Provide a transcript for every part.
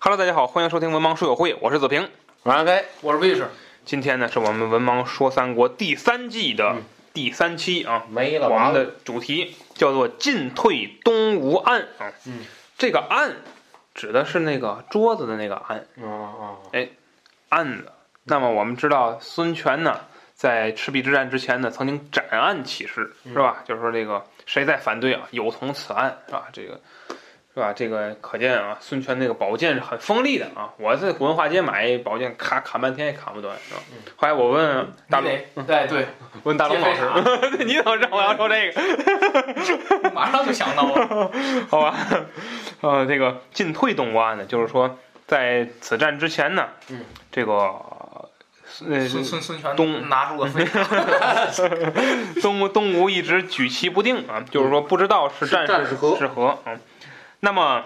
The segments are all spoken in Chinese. Hello，大家好，欢迎收听《文盲书友会》，我是子平。晚上飞，我是卫士，今天呢，是我们《文盲说三国》第三季的第三期啊。没了我完们了。的主题叫做“进退东吴案”啊。嗯，这个“案”指的是那个桌子的那个“案啊啊，”案子。那么我们知道，孙权呢，在赤壁之战之前呢，曾经斩案起事，嗯是吧？就是说这个谁再反对啊，有从此案，是吧？这个。是吧？这个可见啊，孙权那个宝剑是很锋利的啊！我在古文化街买一宝剑，咔砍半天也砍不断，是吧？嗯后来我问啊大龙，嗯对对，问大龙老师，啊 你怎么知道我要说这个？马上就想到了。 好吧，呃，这个进退东吴案呢，就是说在此战之前呢，嗯，这个呃孙孙孙权东拿出个飞叉， 东吴东吴一直举棋不定啊，就是说不知道是战战是和是和嗯。那么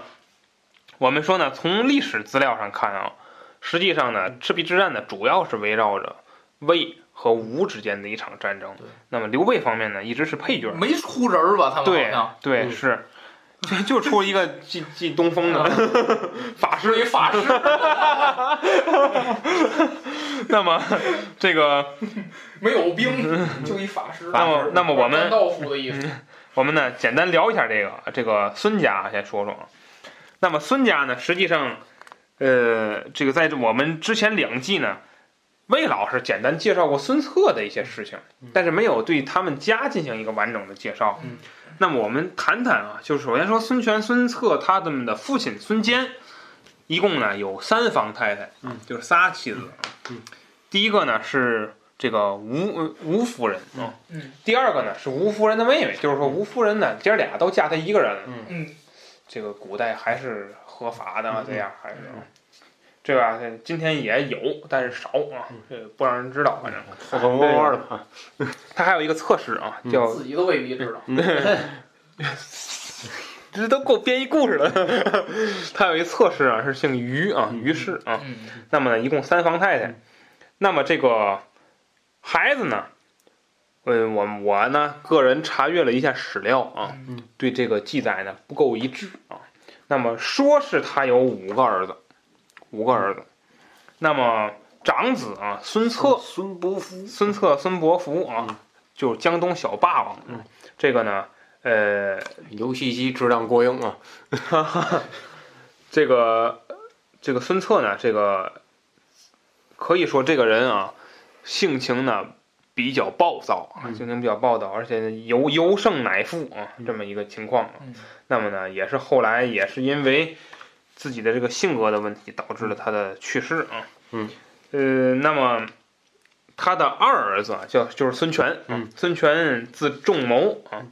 我们说呢，从历史资料上看啊，实际上呢，赤壁之战呢，主要是围绕着魏和吴之间的一场战争对。那么刘备方面呢，一直是配角，没出人儿吧？他嗯们好对像对、嗯是，就就出一个祭祭东风的法师是一法师， 那么这个，没有 兵，就一法师。那么那么我们官道夫的意思，我们呢简单聊一下这个这个孙家啊，先说说啊。那么孙家呢，实际上，呃，这个在我们之前两季呢，魏老师简单介绍过孙策的一些事情嗯，但是没有对他们家进行一个完整的介绍。嗯那么我们谈谈啊，就是首先说孙权、孙策他们的父亲孙坚，一共呢有三房太太，嗯就是仨妻子。嗯第一个呢是这个吴呃吴夫人啊。嗯第二个呢是吴夫人的妹妹，就是说吴夫人呢，嗯姐儿俩都嫁她一个人了。嗯，这个古代还是合法的啊嗯，这样还是嗯，对吧？这今天也有，但是少啊嗯，这个不让人知道。反正偷偷摸摸的。它还有一个测试啊，嗯叫自己都未必知道。这都够编一故事了。 它有一测试啊，是姓于啊，嗯于氏啊。嗯，那么呢，一共三房太太嗯。那么这个孩子呢？呃，我我呢，个人查阅了一下史料啊，嗯对这个记载呢不够一致啊。那么说是他有五个儿子，五个儿子。那么长子啊，孙策，孙伯符，孙策，孙伯符啊，嗯就是江东小霸王。嗯这个呢，呃，游戏机质量过硬啊！ 这个这个孙策呢，这个可以说这个人啊，性情呢比较暴躁啊，嗯性情比较暴躁，而且呢由由胜乃负啊，这么一个情况啊。嗯那么呢，也是后来也是因为自己的这个性格的问题，导致了他的去世啊。嗯，呃，那么。他的二儿子啊叫就是孙权，啊嗯，孙权字仲谋啊，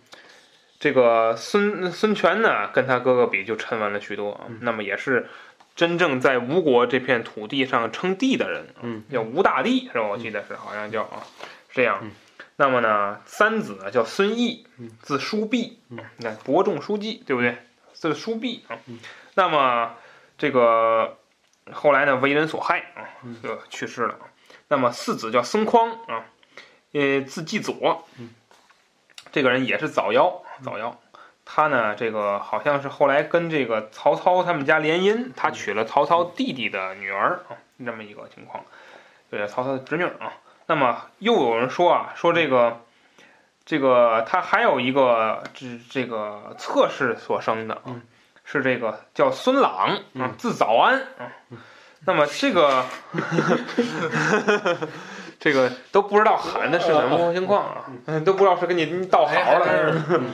这个孙孙权呢，跟他哥哥比就沉稳了许多啊。嗯那么也是真正在吴国这片土地上称帝的人啊，嗯叫吴大帝是吧？我记得是好像叫啊，是这样。嗯那么呢，三子呢叫孙毅嗯，字叔弼，嗯你看伯仲叔季，对不对？字叔弼啊嗯。那么这个后来呢，为人所害啊嗯，就去世了啊。那么四子叫孙匡啊，呃，字季佐嗯，这个人也是早夭，早夭。他呢，这个好像是后来跟这个曹操他们家联姻，他娶了曹操弟弟的女儿啊，这么一个情况，对，曹操的侄女啊。那么又有人说啊，说这个这个他还有一个这这个侧室所生的啊，嗯是这个叫孙朗啊嗯，字早安啊。那么这 个这个都不知道喊的是什么情况啊，哎都不知道是跟你你道好了还是。嗯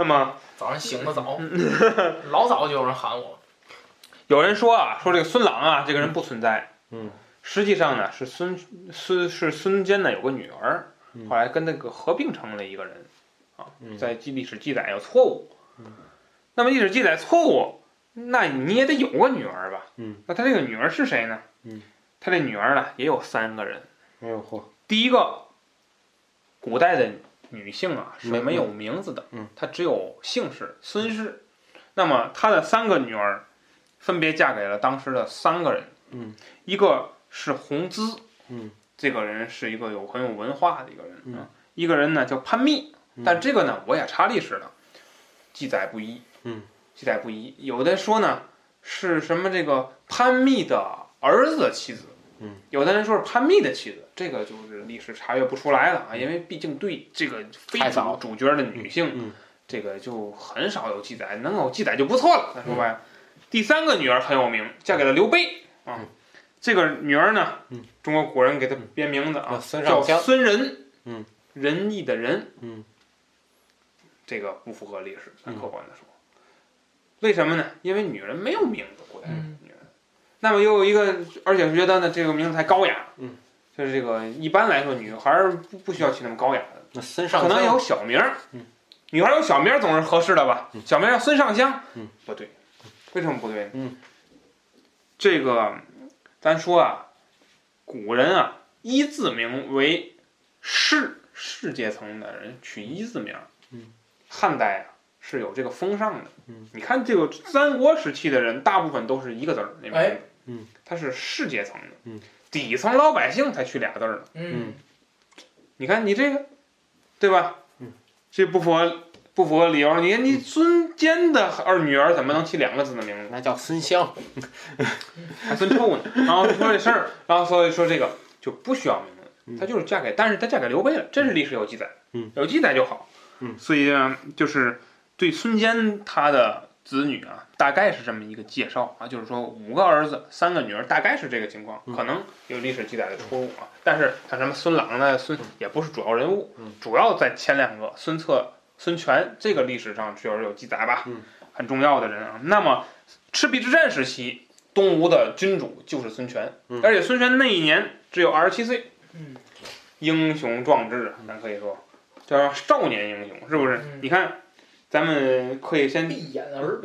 那么早上醒得早，嗯 老早就有人喊我。有人说啊，说这个孙朗啊，这个人不存在，嗯，实际上呢，是孙孙是孙坚呢有个女儿，嗯后来跟那个合并成了一个人，啊嗯，在记历史记载有错误。那么历史记载错误，那你也得有个女儿吧？嗯，那他这个女儿是谁呢？嗯，他这女儿呢也有三个人。哎呦嚯，第一个，古代的女性啊是没没有名字的，嗯，她只有姓氏孙氏。那么她的三个女儿分别嫁给了当时的三个人，嗯，一个是洪资，嗯，这个人是一个有很有文化的一个人，嗯啊，一个人呢叫潘密，嗯但这个呢我也查历史了，记载不一，嗯，记载不一，有的说呢是什么这个潘密的儿子的妻子，嗯有的人说是潘密的妻子，这个就是历史查阅不出来了啊，因为毕竟对这个非太主早主角的女性，嗯嗯这个就很少有记载，能有记载就不错了。咱说白了，第三个女儿很有名，嫁给了刘备啊。嗯这个女儿呢，嗯中国古人给她编名字啊，叫孙叫尚香孙仁，嗯，仁义的仁，嗯，这个不符合历史，咱嗯客观的说，为什么呢？因为女人没有名字，古代嗯女人，那么又有一个，而且觉得呢，这个名字太高雅，嗯，就是这个一般来说，女孩儿不不需要起那么高雅的，那孙尚可香能有小名儿，嗯女孩儿有小名儿总是合适的吧？嗯小名儿叫孙尚香，嗯，不对，为什么不对呢？嗯，这个咱说啊，古人啊，一字名为士士阶层的人取一字名，嗯，汉代啊是有这个风尚的，嗯，你看这个三国时期的人，大部分都是一个字儿，那名字哎，嗯，他是士阶层的，嗯，底层老百姓才取俩字儿呢。嗯，你看你这个，对吧？嗯，这不符合不符合理由。你看你孙坚的二女儿怎么能起两个字的名字？那叫孙香，还孙臭呢？然后说这事儿，然后所以说这个就不需要名嗯字，她就是嫁给，但是她嫁给刘备了，这是历史有记载，嗯，有记载就好。嗯所以呢，就是对孙坚他的子女啊，大概是这么一个介绍啊，就是说五个儿子，三个女儿，大概是这个情况，嗯可能有历史记载的出入啊。但是像什么孙朗呢，孙也不是主要人物，嗯主要在前两个孙策、孙权这个历史上只有有记载吧，嗯很重要的人啊。那么赤壁之战时期，东吴的君主就是孙权，嗯而且孙权那一年只有二十七岁，嗯，英雄壮志啊，咱可以说叫少年英雄，是不是？嗯你看，咱们可以先，闭眼 儿，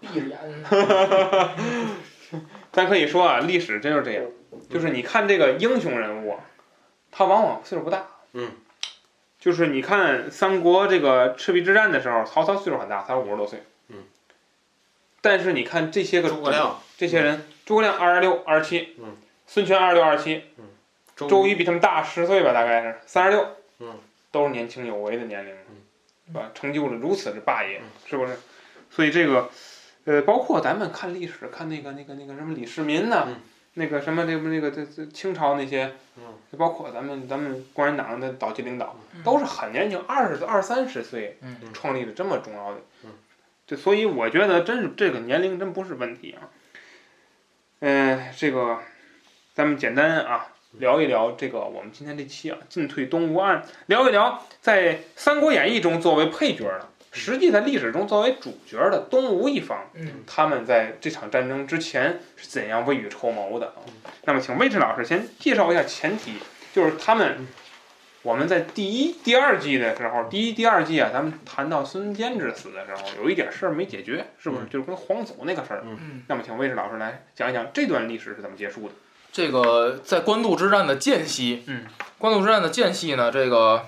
闭着眼，咱可以说啊，历史真就是这样，嗯就是你看这个英雄人物啊，他往往岁数不大，嗯，就是你看三国这个赤壁之战的时候，曹操岁数很大，才五十多岁，嗯，但是你看这些个诸葛亮、这些人，诸葛亮二十六、二十七，嗯，孙权二十六、二十七，周瑜，瑜比他们大十岁吧，大概是三十六，嗯，都是年轻有为的年龄，嗯是吧？成就了如此之霸业嗯，是不是？所以这个，呃，包括咱们看历史，看那个那个那个什么李世民呐、嗯那个什么这不那个这这清朝那些，嗯就包括咱们咱们共产党的早期领导，嗯都是很年轻，二十二三十岁嗯创立了这么重要的嗯，对，所以我觉得真是这个年龄真不是问题啊。嗯、这个咱们简单啊聊一聊这个我们今天这期啊进退东吴案，聊一聊在《三国演义》中作为配角的，实际在历史中作为主角的东吴一方，嗯，他们在这场战争之前是怎样未雨绸缪的啊？那么，请魏志老师先介绍一下前提，就是他们，我们在第一、第二季的时候，第一、第二季啊，咱们谈到孙坚之死的时候，有一点事儿没解决，是不是？嗯就是跟黄祖那个事儿。嗯。那么，请魏志老师来讲一讲这段历史是怎么结束的。这个在官渡之战的间隙，嗯，官渡之战的间隙呢，这个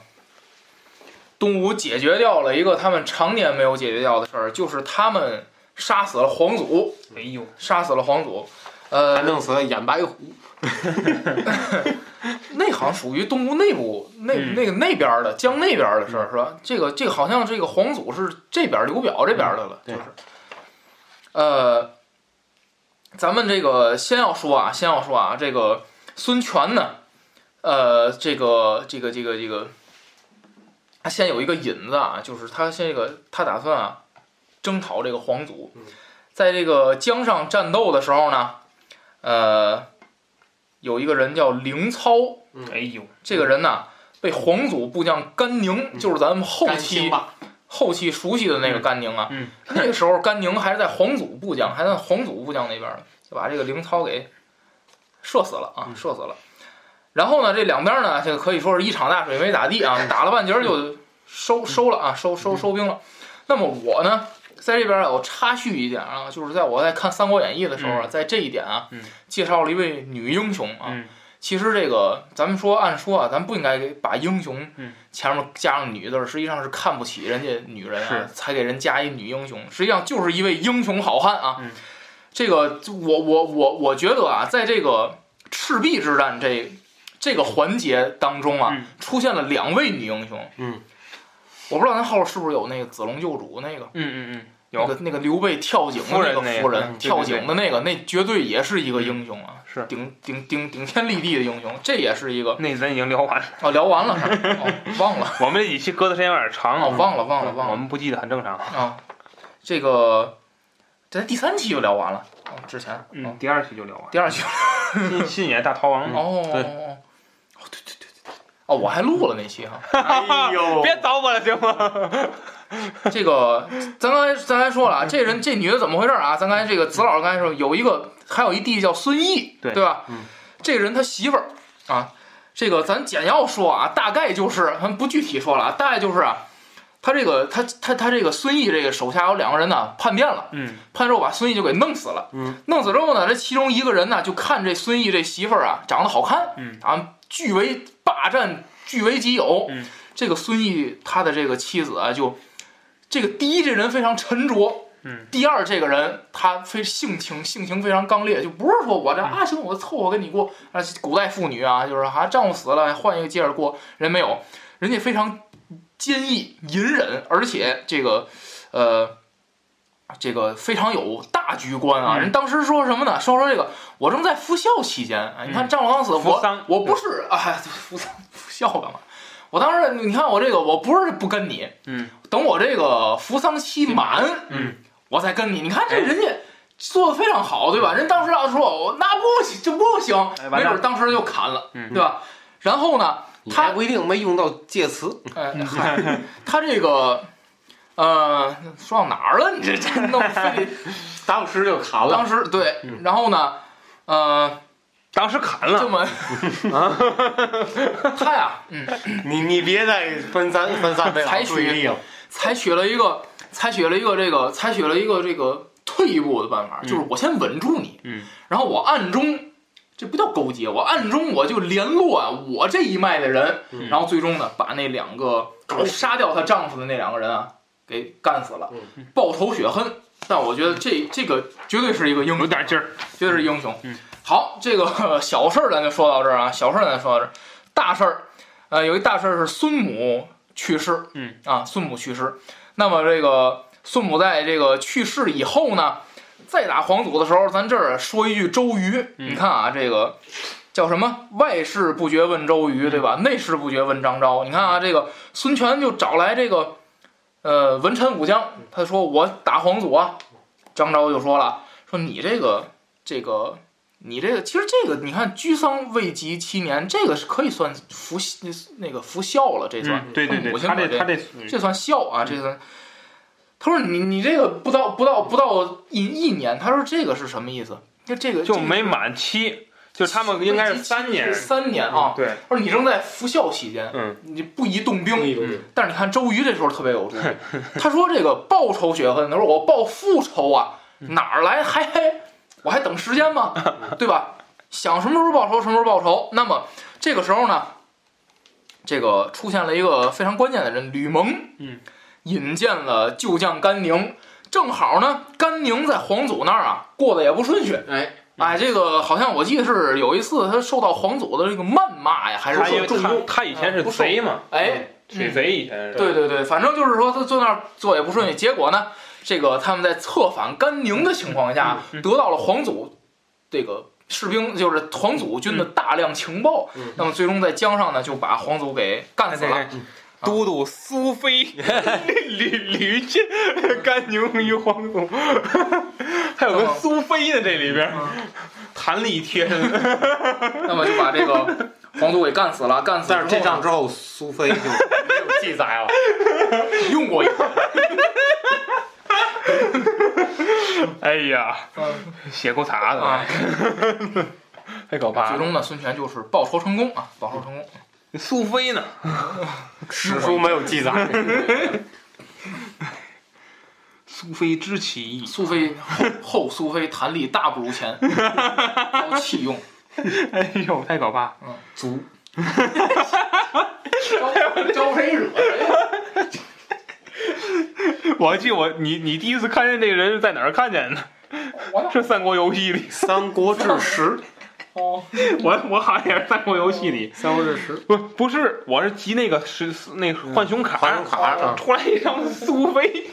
东吴解决掉了一个他们常年没有解决掉的事儿，就是他们杀死了皇祖，哎呦，杀死了皇祖。他呃，弄死了眼白虎，那好像属于东吴内部那嗯那个那边儿的江那边儿的事嗯儿是吧？这个这个好像这个皇祖是这边儿刘表这边儿的了，嗯对就是，呃，咱们这个先要说啊，先要说啊，这个孙权呢，呃，这个这个这个这个，他先有一个引子啊，就是他先这个他打算啊征讨这个皇祖嗯，在这个江上战斗的时候呢，呃，有一个人叫凌操，嗯哎呦，这个人呢，被皇祖部将甘宁，嗯就是咱们后干青期吧，后期熟悉的那个甘宁啊。嗯那个时候甘宁还是在皇祖部将，还在皇祖部将那边呢，就把这个凌操给射死了啊，嗯射死了。然后呢，这两边呢，这个可以说是一场大水没打地 啊，打了半截儿就嗯收收了啊，收收收兵了。那么我呢，在这边啊，我插叙一点啊，就是在我在看《三国演义》的时候啊，在这一点啊嗯，介绍了一位女英雄啊。嗯其实这个，咱们说按说啊，咱不应该给把英雄嗯前面加上女字儿，实际上是看不起人家女人啊是，才给人加一女英雄，实际上就是一位英雄好汉啊。嗯这个我我我我觉得啊，在这个赤壁之战这这个环节当中啊，嗯出现了两位女英雄。嗯，我不知道咱后边是不是有那个子龙救主那个。嗯嗯有那个那个刘备跳井的夫人个那个夫人嗯对对嗯跳井的那个，那绝对也是一个英雄啊，是顶顶顶顶天立地的英雄，这也是一个嗯，那咱已经聊 完了，哦，聊完了是吧？哦，忘了，我们这几期搁的时间有点长，啊哦，忘了，忘了，忘我了们不记得很正常。啊！这个咱第三期就聊完了，哦，之前，哦嗯，第二期就聊完，第二期，嗯新新野大逃亡，哦，哦，对对对对哦，我还录了那期哈。哎嗯呦别找我了行吗？ 这个咱刚才咱刚才说了啊，这人这女的怎么回事啊？咱刚才这个子老师刚才说有一个，还有一弟叫孙毅，对吧？嗯这个人他媳妇儿啊，这个咱简要说啊，大概就是咱不具体说了啊，大概就是啊，他这个他他他这个孙毅这个手下有两个人呢叛变了，嗯潘寿把孙毅就给弄死了。嗯，弄死之后呢，这其中一个人呢，就看这孙毅这媳妇儿啊，长得好看，嗯啊，据为霸占，据为己有。嗯，这个孙毅他的这个妻子啊，就这个第一这人非常沉着。嗯，第二，这个人他非性情性情非常刚烈，就不是说我这嗯啊行，我凑合跟你过啊。古代妇女啊，就是啊丈夫死了换一个接着过，人没有，人家非常坚毅隐忍，而且这个呃这个非常有大局观啊！嗯人当时说什么呢？说说这个，我正在服孝期间啊！你看张老刚死，嗯扶我丧我不是啊，哎服丧服孝干嘛？我当时你看我这个，我不是不跟你，嗯，等我这个扶丧期满，嗯，哎我再跟你。你看这人家做的非常好，对吧？人当时要说我那不行，这不行哎，没完了准当时就砍了，嗯对吧？然后呢，你还不一定没用到介词，哎，嗨，他这个，呃，说到哪儿了？你这这弄 非得当时就卡了。当时对，嗯然后呢，呃，当时砍这了， 么，他呀，嗯，你你别再分三分散这采个取注意力了。采取了一个，采取了一个这个，采取了一个这个退一步的办法，就是我先稳住你，嗯，然后我暗中。这不叫勾结，我暗中我就联络啊，我这一脉的人，嗯然后最终呢，把那两个杀掉她丈夫的那两个人啊，给干死了。报仇雪恨。但我觉得这这个绝对是一个英有雄，点劲儿，绝对是英雄。嗯好，这个小事儿咱就说到这儿啊，小事儿咱就说到这儿。大事儿，呃，有一大事儿是孙母去世，嗯啊，孙母去世。那么这个孙母在这个去世以后呢，再打皇祖的时候，咱这儿说一句周瑜，嗯你看啊，这个叫什么？外事不决问周瑜，对吧？嗯内事不决问张昭。你看啊，这个孙权就找来这个呃文臣武将，他说我打皇祖啊，张昭就说了，说你这个这个。你这个其实这个，你看居丧未及七年，这个是可以算服那个服孝了，这算、嗯，对对对，母亲他嘛这他这这算孝啊，这算。他说你你这个不到不到不到一一年，他说这个是什么意思？就这个就没满期，就是他们应该是三年，三年啊。嗯对，他说你正在服孝期间，嗯，你不宜动兵。嗯但是你看周瑜这时候特别有主意，他说这个报仇雪恨，他说我报复仇啊，哪儿来还还我还等时间吗？对吧？想什么时候报仇什么时候报仇。那么这个时候呢，这个出现了一个非常关键的人，吕蒙，嗯，引荐了旧将甘宁。正好呢，甘宁在皇祖那儿啊过得也不顺遂，哎，哎，这个好像我记得是有一次他受到皇祖的这个谩骂呀，还是他因为说重他用，他以前是贼嘛，哎，水贼以前是，对对对，反正就是说他坐那儿坐也不顺利，结果呢，这个他们在策反甘宁的情况下，得到了皇祖这个士兵，就是皇祖军的大量情报，嗯那么最终在江上呢就把皇祖给干死了。都督苏 菲、吕吕进、甘宁与黄祖， 还有个苏菲呢，这里边弹力贴身，那么就把这个皇祖给干死了，干死但是这之后仗呢之后，苏菲就 没有记载了。用过一次，嗯哎呀，血够擦的，啊，太可怕了。最终呢，孙权就是报仇成功啊，报仇成功。苏菲呢？史书没有记载。 苏菲之起义，苏菲后后苏菲弹力大不如前，遭弃用。哎呦，太可怕！足招招谁惹谁了？ 我记我你你第一次看见这个人是在哪儿看见的？我哪是《三国游戏》里， 《三国志十》《哦，我我好像也是《三国游戏》里， 三国志十》不不是，我是集那个是那个浣熊卡，黄永卡啊，出来一张苏菲，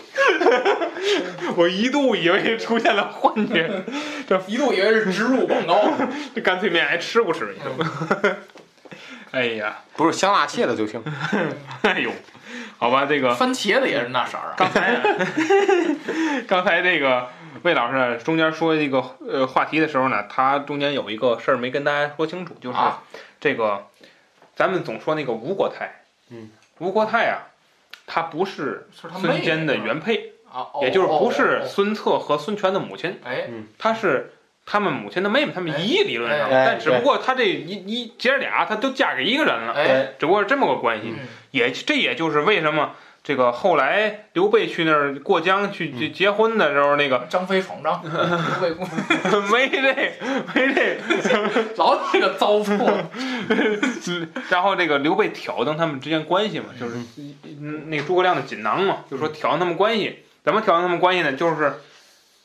我一度以为出现了幻觉， 一度以为是植入广告。这干脆面还吃不吃？你说？ 哎呀， 不是香辣蟹的就行。哎呦，好吧，这个番茄的也是那色儿啊。刚才刚才这个魏老师呢，中间说这个呃话题的时候呢，他中间有一个事儿没跟大家说清楚，就是啊这个咱们总说那个吴国泰，嗯，吴国泰啊，他不是是他妹孙坚的原配，啊，哦也就是不是哦哦孙策和孙权的母亲，哎，他是。他们母亲的妹妹，他们一理论上，哎哎但只不过他这一一姐儿俩，他都嫁给一个人了，哎，只不过是这么个关系。嗯也这也就是为什么这个后来刘备去那儿过江去去结婚的时候，那个 张飞闯张，刘备公没这没这，老这个糟粕。 然后这个刘备挑动他们之间关系嘛，就是嗯那个诸葛亮的锦囊嘛，嗯就说挑动他们关系，怎么挑动他们关系呢？就是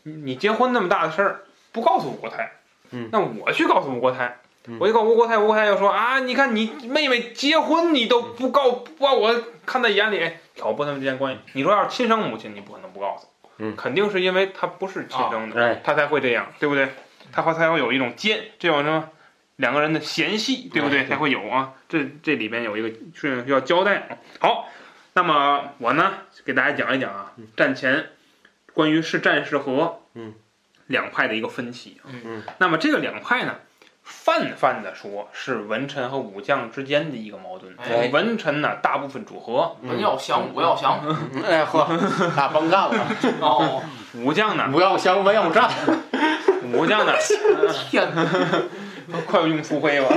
你你结婚那么大的事儿不告诉吴国太，嗯那我去告诉吴国太嗯。我一告吴国太，吴国太又说啊，你看你妹妹结婚，你都不告，嗯不把我看在眼里，哎挑拨他们之间关系。你说要是亲生母亲，你不可能不告诉，嗯肯定是因为她不是亲生的，哎，她才会这样，对不对？她才会有一种奸，这种什么两个人的嫌隙，对不对？哎对才会有啊。这这里边有一个是要交代啊。好，那么我呢，给大家讲一讲啊，战前关于是战是和，嗯，两派的一个分歧啊。嗯，那么这个两派呢，泛泛的说是文臣和武将之间的一个矛盾。哎文臣呢，大部分主和；文要降，武要降。 哎呵，大崩干了，哦，武将 呢，不要香，文要战。武将呢，天哪！ 快用苏菲吧，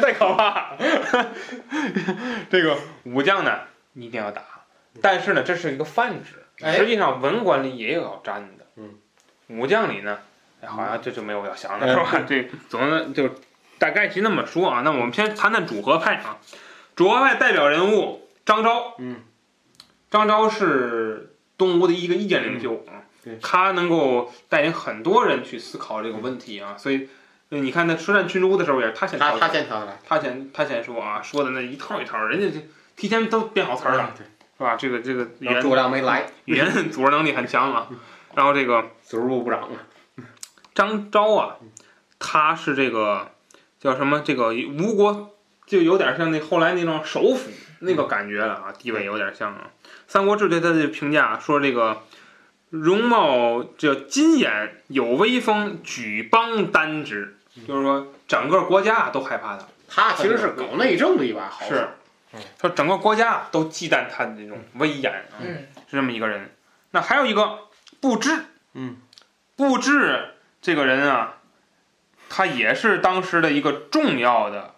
太可怕了。 这个武将呢，你一定要打，但是呢，这是一个泛指，哎实际上文官里也有要沾的。嗯，武将里呢，哎好像这就没有要降的是吧？这总之就大概是那么说啊。那我们先谈谈主和派啊，主和派代表人物张昭，嗯，张昭是东吴的一个意见领袖啊。对他能够带领很多人去思考这个问题啊，所以呃你看他舌战群儒的时候也是他先嗯他挑他的，先挑的，他先他先说啊，说的那一套一套，人家就提前都编好词儿了，对，是吧？这个这个语嗯然后诸言葛亮没来，语言组织能力很强啊。然后这个组织部部长啊，张昭啊，他是这个叫什么？这个吴国就有点像那后来那种首辅那个感觉了啊，地位有点像啊。《三国志》对他的评价说这个。容貌这金眼有威风，举邦单之，就是说整个国家啊都害怕他。他其实是搞内政的一把好手。是，说整个国家都忌惮他的这种威严啊，嗯，是这么一个人。那还有一个布置，嗯，布置这个人啊，他也是当时的一个重要的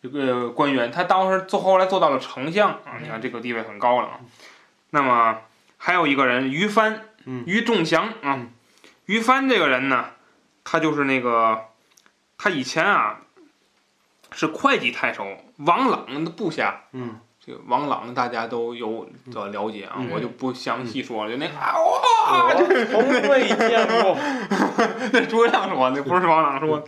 一个官员，他当时做后来做到了丞相啊，嗯你看这个地位很高了啊。那么还有一个人于帆嗯，于仲祥啊，于帆这个人呢，他就是那个他以前啊是会稽太守王朗的部下，嗯，这个王朗大家都有的了解啊，嗯我就不详细说了，就那个啊我从未见过。 那诸葛亮说，那不是王朗说的。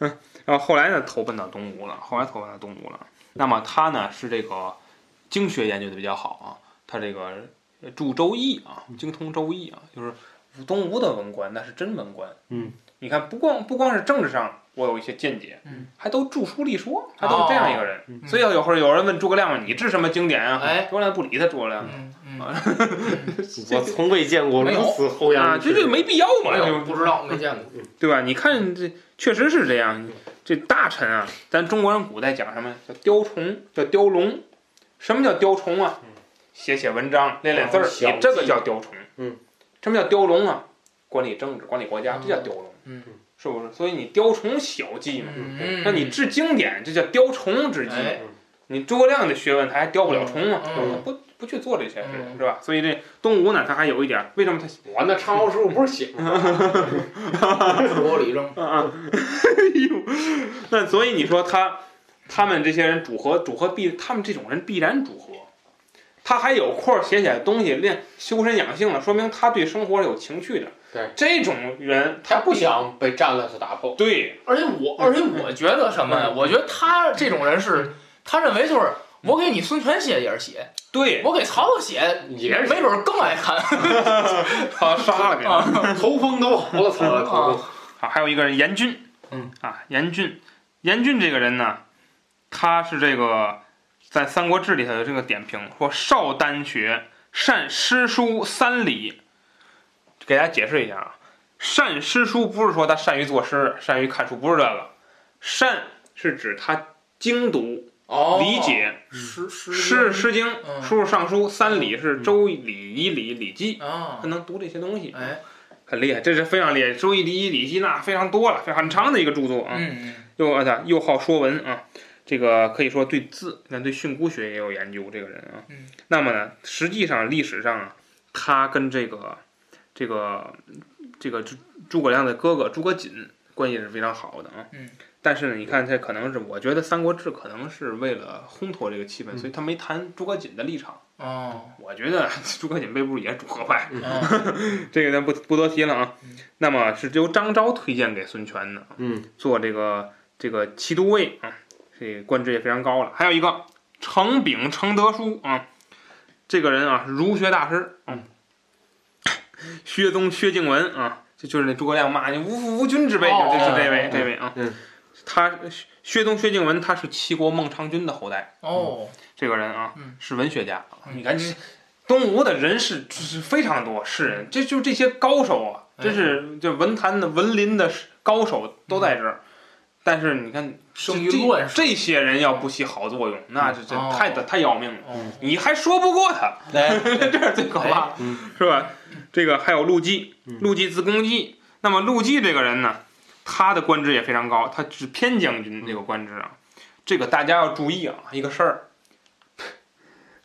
嗯，然后后来呢，投奔到东吴了，后来投奔到东吴了。那么他呢是这个经学研究的比较好啊，他这个呃著《周易》啊，嗯精通《周易》啊，就是东吴的文官，那是真文官。嗯，你看，不光不光是政治上我有一些见解，嗯，还都著书立哦说，还都是这样一个人。嗯所以有会儿有人问诸葛亮，你治什么经典啊？哎诸葛亮不理他，诸葛亮。嗯嗯， 我从未见过如此厚啊，颜无这就耻。没必要嘛，没就有，哎不知道，没见过。对吧？你看这确实是这样，这大臣啊，咱中国人古代讲什么叫雕虫，叫雕龙，什么叫雕虫啊？嗯写写文章，练练字儿哦，小你这个技叫雕虫。嗯，什么叫雕龙啊？管理政治，管理国家，这叫雕龙。嗯，是不是？所以你雕虫小技嘛，嗯，那你治经典这叫雕虫之技。哎你诸葛亮的学问他还雕不了虫嘛，啊嗯不不去做这些事情、嗯是吧？所以这东吴呢，他还有一点，为什么他我那唱后师傅不是醒了，锅里扔，啊啊， 哎呦，那所以你说他他们这些人组合组合必，他们这种人必然组合。他还有空儿写写东西，练修身养性了，说明他对生活是有情趣的。对，这种人他不想被战乱所打破。对，而且我而且我觉得什么呀？嗯我觉得他这种人是，他认为就是我给你孙权写也是写，对，我给曹操写也是没准儿更爱看他杀了给他。 啊。头风都好了，操了头风。好，还有一个人严俊，嗯啊，严俊，严俊这个人呢，他是这个在《三国志》里头有这个点评说少丹学，善诗书三礼。给大家解释一下啊，善诗书不是说他善于作诗，善于看书，不是这个，善是指他精读、哦，理解诗诗《诗》《诗经》嗯书是《尚书》，三礼是《周礼》《仪礼》《礼记》，啊他，能读这些东西。哎，很厉害，这是非常厉害。《周易》《礼》《礼记》那非常多了，非常很长的一个著作啊。嗯，又啊，他又好说文啊，这个可以说对字，那对训诂学也有研究。这个人啊，嗯那么呢，实际上历史上啊，他跟这个这个这个诸诸葛亮的哥哥诸葛瑾关系是非常好的啊。嗯。但是呢，你看这可能是，我觉得《三国志》可能是为了烘托这个气氛，嗯所以他没谈诸葛瑾的立场。哦，我觉得 诸葛瑾被捕也是主和派，嗯哦这个咱不不多提了啊嗯。那么是由张昭推荐给孙权的啊，嗯，做这个这个骑都尉啊，这官职也非常高了。还有一个程炳程德书啊，这个人啊，儒学大师，嗯，薛宗薛敬文啊，这就是那诸葛亮骂你无父无君之辈，哦就是这嗯位这位啊嗯，他薛宗薛敬文他是齐国孟尝君的后代。哦，这个人啊，嗯是文学家。嗯你看这东吴的人士是非常多，士人，这就这些高手啊，哎嗯真是这文坛的文林的高手都在这儿。但是你看，生于这乱世，这些人要不起好作用，那这这哦太太要命了。哦，你还说不过他，这是最可怕的，嗯是吧？这个还有陆绩，嗯陆绩字公绩。那么陆绩这个人呢，他的官职也非常高，他是偏将军这个官职啊。这个大家要注意啊，一个事儿，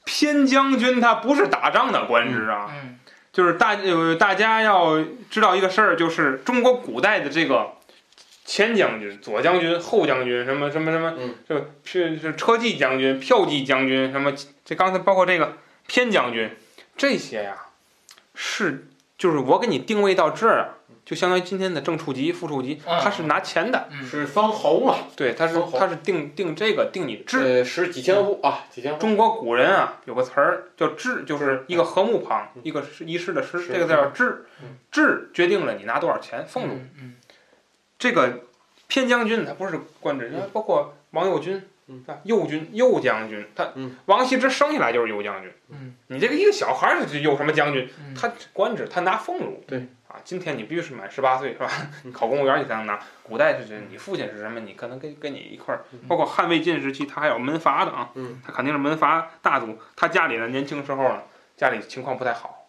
偏将军他不是打仗的官职啊，嗯，就是大呃大家要知道一个事儿，就是中国古代的这个前将军、左将军、后将军，什么什么什么嗯，这是是车骑将军、票骑将军，什么这刚才包括这个偏将军，这些呀是就是我给你定位到这儿啊，就相当于今天的正处级、副处级，嗯他啊是拿钱的，嗯，是方侯嘛？对，他是哦好他是定定这个定你制。呃，十几千户啊，几千户。中国古人啊，嗯有个词儿叫“制”，就是一个禾木旁，一个是一师的师，是这个字叫“制嗯”。制决定了你拿多少钱俸禄。嗯，这个偏将军他不是官职，嗯包括王右军嗯，啊，右军、右将军，他嗯王羲之生下来就是右将军。嗯，你这个一个小孩儿就有什么将军？嗯，他官职，他拿俸禄。对啊，今天你必须是满十八岁是吧？ 你考公务员你才能拿。古代是这，你父亲是什么，你可能跟跟你一块儿嗯。包括汉魏晋时期，他还有门阀的啊，嗯他肯定是门阀大族。他家里呢，年轻时候呢，家里情况不太好，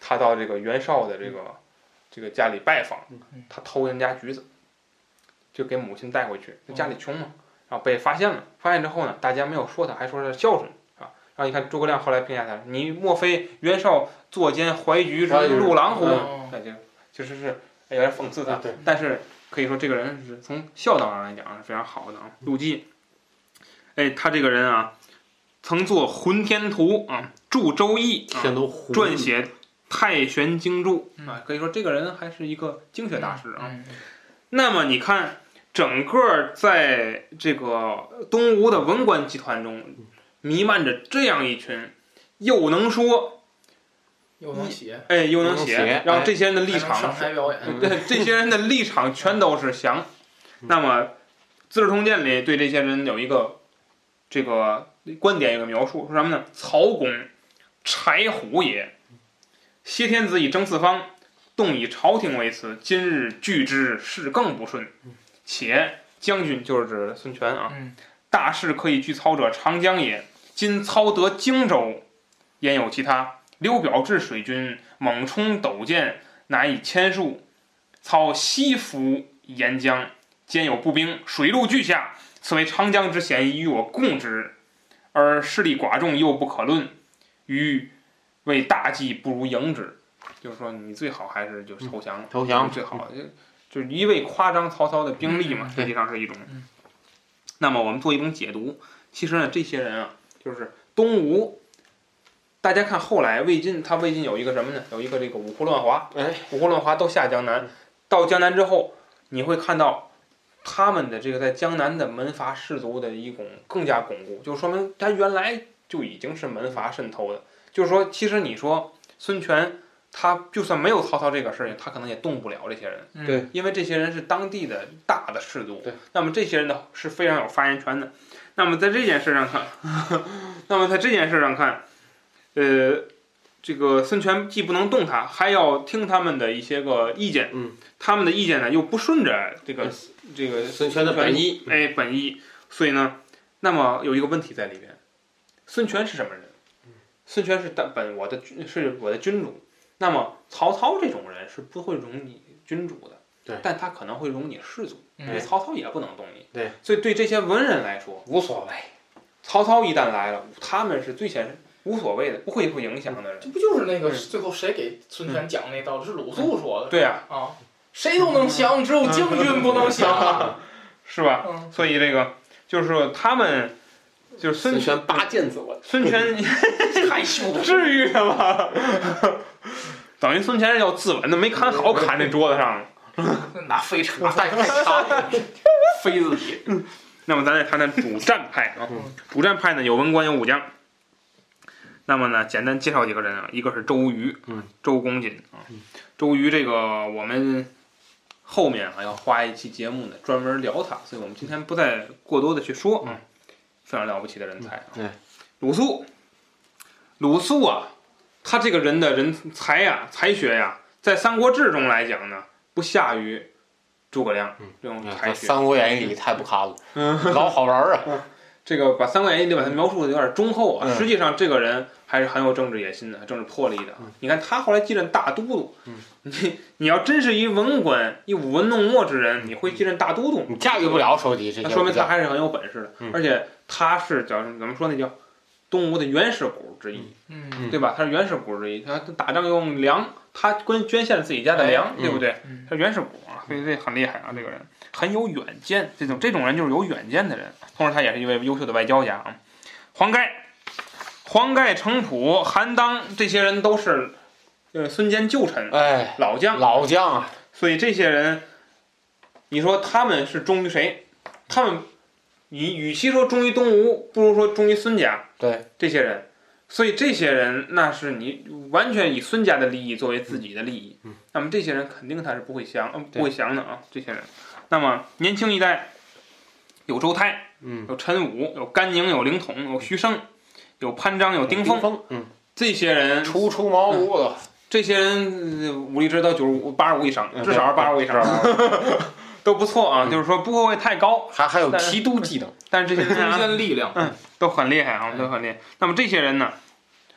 他到这个袁绍的这个、这个家里拜访嗯嗯，他偷人家橘子，就给母亲带回去。家哦里穷嘛，然后被发现了，发现之后呢，大家没有说他，还说他孝顺。啊。然后你看诸葛亮后来评价他：“你莫非袁绍坐奸怀橘之怀橘入狼乎？”哎哦那就其实是哎有点讽刺他啊，对，但是可以说这个人是从孝道上来讲是非常好的啊。陆绩，哎，他这个人啊，曾作《浑天图》啊，著《周易》天啊，都糊撰写《太玄经注》嗯啊，可以说这个人还是一个经学大师啊。嗯，那么你看，整个在这个东吴的文官集团中，弥漫着这样一群又能说，又能写，哎，又能又能写写，然后这些人的还立能场上台表演， 嗯对这些人的立场全都是降。那么，《资治通鉴》里对这些人有一个这个观点，有个描述，说什么呢？曹公，柴胡也。挟天子以征四方，动以朝廷为辞。今日拒之，事更不顺。且将军就是指孙权啊，嗯，大事可以据操者，长江也。今操得荆州，焉有其他？刘表至水军，猛冲斗舰，难以千数。操西服沿江，兼有步兵，水陆俱下，此为长江之险，宜与我共之。而势力寡众又不可论，于为大计不如迎之。就是说，你最好还是就是投降了，投降是最好，就就是一味夸张曹操的兵力嘛，实际上是一种。那么我们做一种解读，其实呢，这些人啊，就是东吴。大家看，后来魏晋，他魏晋有一个什么呢？有一个这个五胡乱华，哎，五胡乱华都下江南，到江南之后，你会看到他们的这个在江南的门阀士族的一种更加巩固，就说明他原来就已经是门阀渗透的。就是说，其实你说孙权，他就算没有曹操这个事情，他可能也动不了这些人，嗯对因为这些人是当地的大的士族对，那么这些人呢是非常有发言权的。那么在这件事上看， 那么在这件事上看，呃，这个孙权既不能动他，还要听他们的一些个意见，嗯，他们的意见呢又不顺着这个、这个孙权的本意，哎本意，所以呢，那么有一个问题在里边，孙权是什么人？孙权是本本我的君是我的君主，那么曹操这种人是不会容你君主的，对但他可能会容你士族，因为嗯曹操也不能动你，对，所以对这些文人来说，无所谓，曹操一旦来了，他们是最先无所谓的，不会受影响的人，这不就是那个嗯最后谁给孙权讲那道理？是鲁肃说的对呀、啊，谁都能降，只有将军不能降。是吧？嗯，所以这个就是说他们就是孙孙权拔剑自刎，孙权害羞。至于的吗？ 等于孙权要自刎的，没砍好，砍这桌子上了。拿飞叉带太长，飞自己。那么咱再谈谈主战派啊嗯，主战派呢有文官有武将。那么呢，简单介绍几个人啊，一个是周瑜，嗯，周公瑾啊，周瑜这个我们后面啊要花一期节目呢专门聊他，所以我们今天不再过多的去说啊，非常了不起的人才啊，嗯嗯对鲁肃，鲁肃啊，他这个人的人才呀、才学呀、在《三国志》中来讲呢，不下于诸葛亮嗯这种嗯才《学。三国演义》里太不堪 了，老好玩儿啊，这个把《三国演义》里把他描述的有点忠厚啊，嗯实际上这个人还是很有政治野心的、政治魄力的。嗯你看他后来继任大都督，嗯 你你要真是一文官、一舞文弄墨之嗯人，你会继任大都督吗？你驾驭不了手底这那些说武明他将，还是很有本事的嗯，而且他是叫怎么说那叫东吴的原始股之一，嗯对吧？他是原始股之一，他他打仗用粮，他捐捐献自己家的粮，嗯对不对？嗯他原始股啊，所以这很厉害啊，这个人很有远见，这种这种人就是有远见的人，同时他也是一位优秀的外交家啊。黄盖、黄盖、程普、韩当这些人都是呃孙坚旧臣哎，老将，老将啊，所以这些人，你说他们是忠于谁？他们，你与其说忠于东吴，不如说忠于孙家对，这些人。所以这些人，那是你完全以孙家的利益作为自己的利益。嗯那么这些人肯定他是不会降，呃对不会降的啊。这些人，那么年轻一代有周泰，嗯，有陈武，有甘宁，有凌统，有徐盛，有潘璋，有丁奉。峰，嗯，这些人，初出茅庐了，这些人呃武力值到九十五、八十五以上，呃嗯至少是对八十五以上。 都不错啊，嗯就是说不会太高，还还有但是提督技能，但是这 些人中啊间力量，都很厉害啊，都很厉害。那么这些人呢，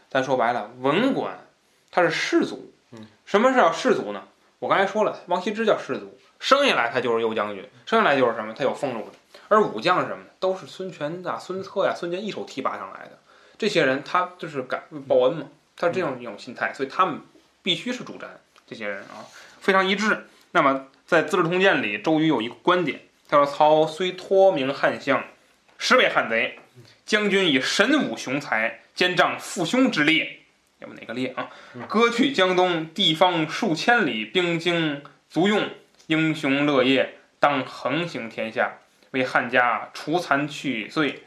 咱说白了，文官他是士族嗯，什么是叫士族呢？我刚才说了，王羲之叫士族，生下来他就是右将军，生下来就是什么，他有俸禄的。而武将是什么呢？都是孙权呐、孙策呀、孙坚一手提拔上来的。这些人他就是感报恩嘛，他是这样一种心态，所以他们必须是主战。这些人啊，非常一致。那么在《资治通鉴》里，周瑜有一个观点，他说：“操虽脱名汉相，实为汉贼。将军以神武雄才，兼仗父兄之烈，要不哪个烈啊？嗯割据江东，地方数千里，兵精足用，英雄乐业，当横行天下，为汉家除残去罪。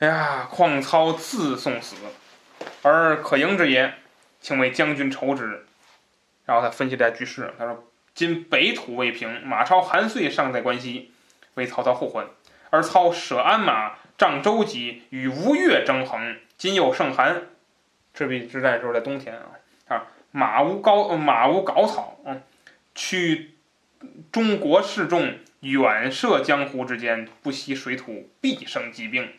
哎呀，况操自送死，而可迎之也，请为将军仇之。”然后他分析这局势，他说：“今北土未平，马超、韩遂尚在关西，为曹操后患；而操舍鞍马，仗周急，与吴越争衡。今又胜韩，赤壁之战时候在冬天啊啊，马无高呃马无稿草，嗯，去中国示众，远涉江湖之间，不惜水土，必生疾病。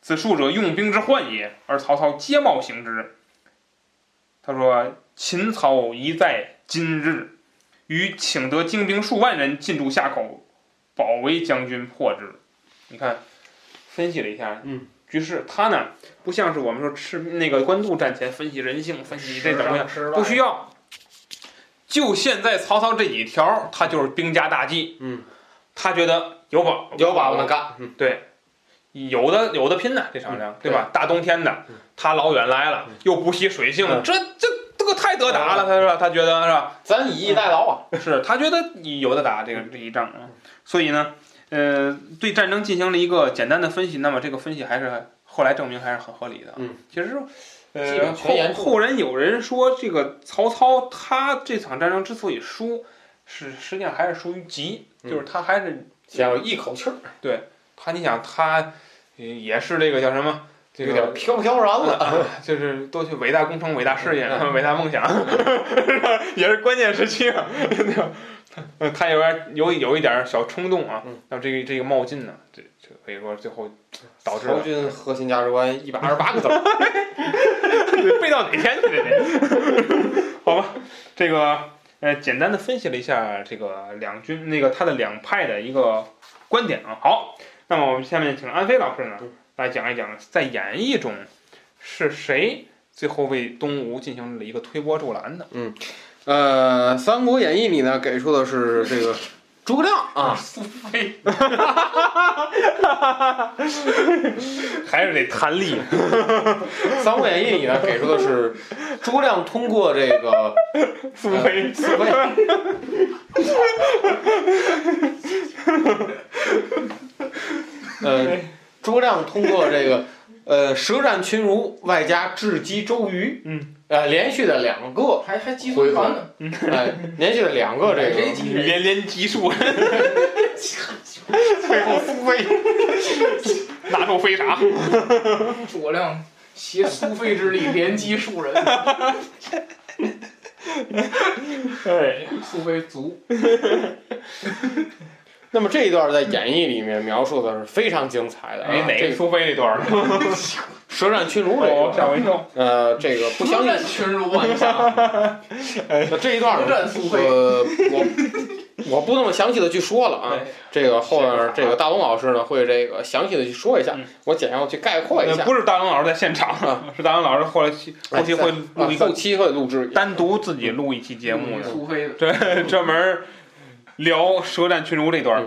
此术者用兵之患也，而曹操皆冒行之。他说：“秦曹宜在今日，于请得精兵数万人进驻夏口，保卫将军破之。你看，分析了一下，嗯，局势他呢不像是我们说吃那个官渡战前分析人性，分析这怎么样，不需要。就现在曹操这几条，他就是兵家大忌。嗯，他觉得有把有把握握能干，嗯，有的有的拼呢，这商量、对吧？大冬天的嗯，他老远来了，嗯又不惜水性，嗯这这这个太得打了，他说他觉得是吧？咱以逸待劳啊， 是他觉得有的打这个这一仗啊，所以呢，呃，对战争进行了一个简单的分析，那么这个分析还是后来证明还是很合理的。啊嗯，其实。基呃，本全言后中后人有人说，这个曹操他这场战争之所以输，是实际上还是属于急，嗯就是他还是想要一口气儿，他，你想他呃也是这个叫什么，这有个点飘飘然了，就是都去伟大工程、伟大事业、嗯伟大梦想，也是关键时期啊。 对吧呃他有点有有一点小冲动啊嗯，那这个这个冒进呢，这这可以说最后导致曹了军核心价值观一百二十八个字儿， 背到哪天去了这？ 好吧，这个呃，简单的分析了一下这个两军那个他的两派的一个观点啊。好，那么我们下面请安飞老师呢嗯来讲一讲，在演义中是谁最后为东吴进行了一个推波助澜的？ 呃，《三国演义》里呢给出的是这个诸葛亮啊，苏菲，还是得弹力。 《 三国演义》里呢给出的是诸葛亮通过这个 苏菲，四位， 呃，诸葛亮通过这个呃舌战群儒，外加智击周瑜，嗯，呃，连续的两个，还还集团呢，哎、 连续的两个这谁个集谁？连连击 数，最后苏 菲，拿出飞啥？诸葛亮携苏非之力连击数人，哎，苏非卒。那么这一段在演义里面描述的是非常精彩的啊，哎，哪这个个苏菲那段儿呢？舌战群儒这一哦，吓段，我一跳。呃，这个不相 相信信群儒啊！你想，那这一段不呢，战苏非。呃，我我不那么详细的去说了啊，这个后面这个大龙老师呢会这个详细的去说一下嗯，我简要地去概括一呃下。不是大龙老师在现场，啊是大龙老师后来去后期会啊录一，后个期会录制一下。单独自己录一期节目的，苏菲的。对， 专门聊舌战群儒这段儿。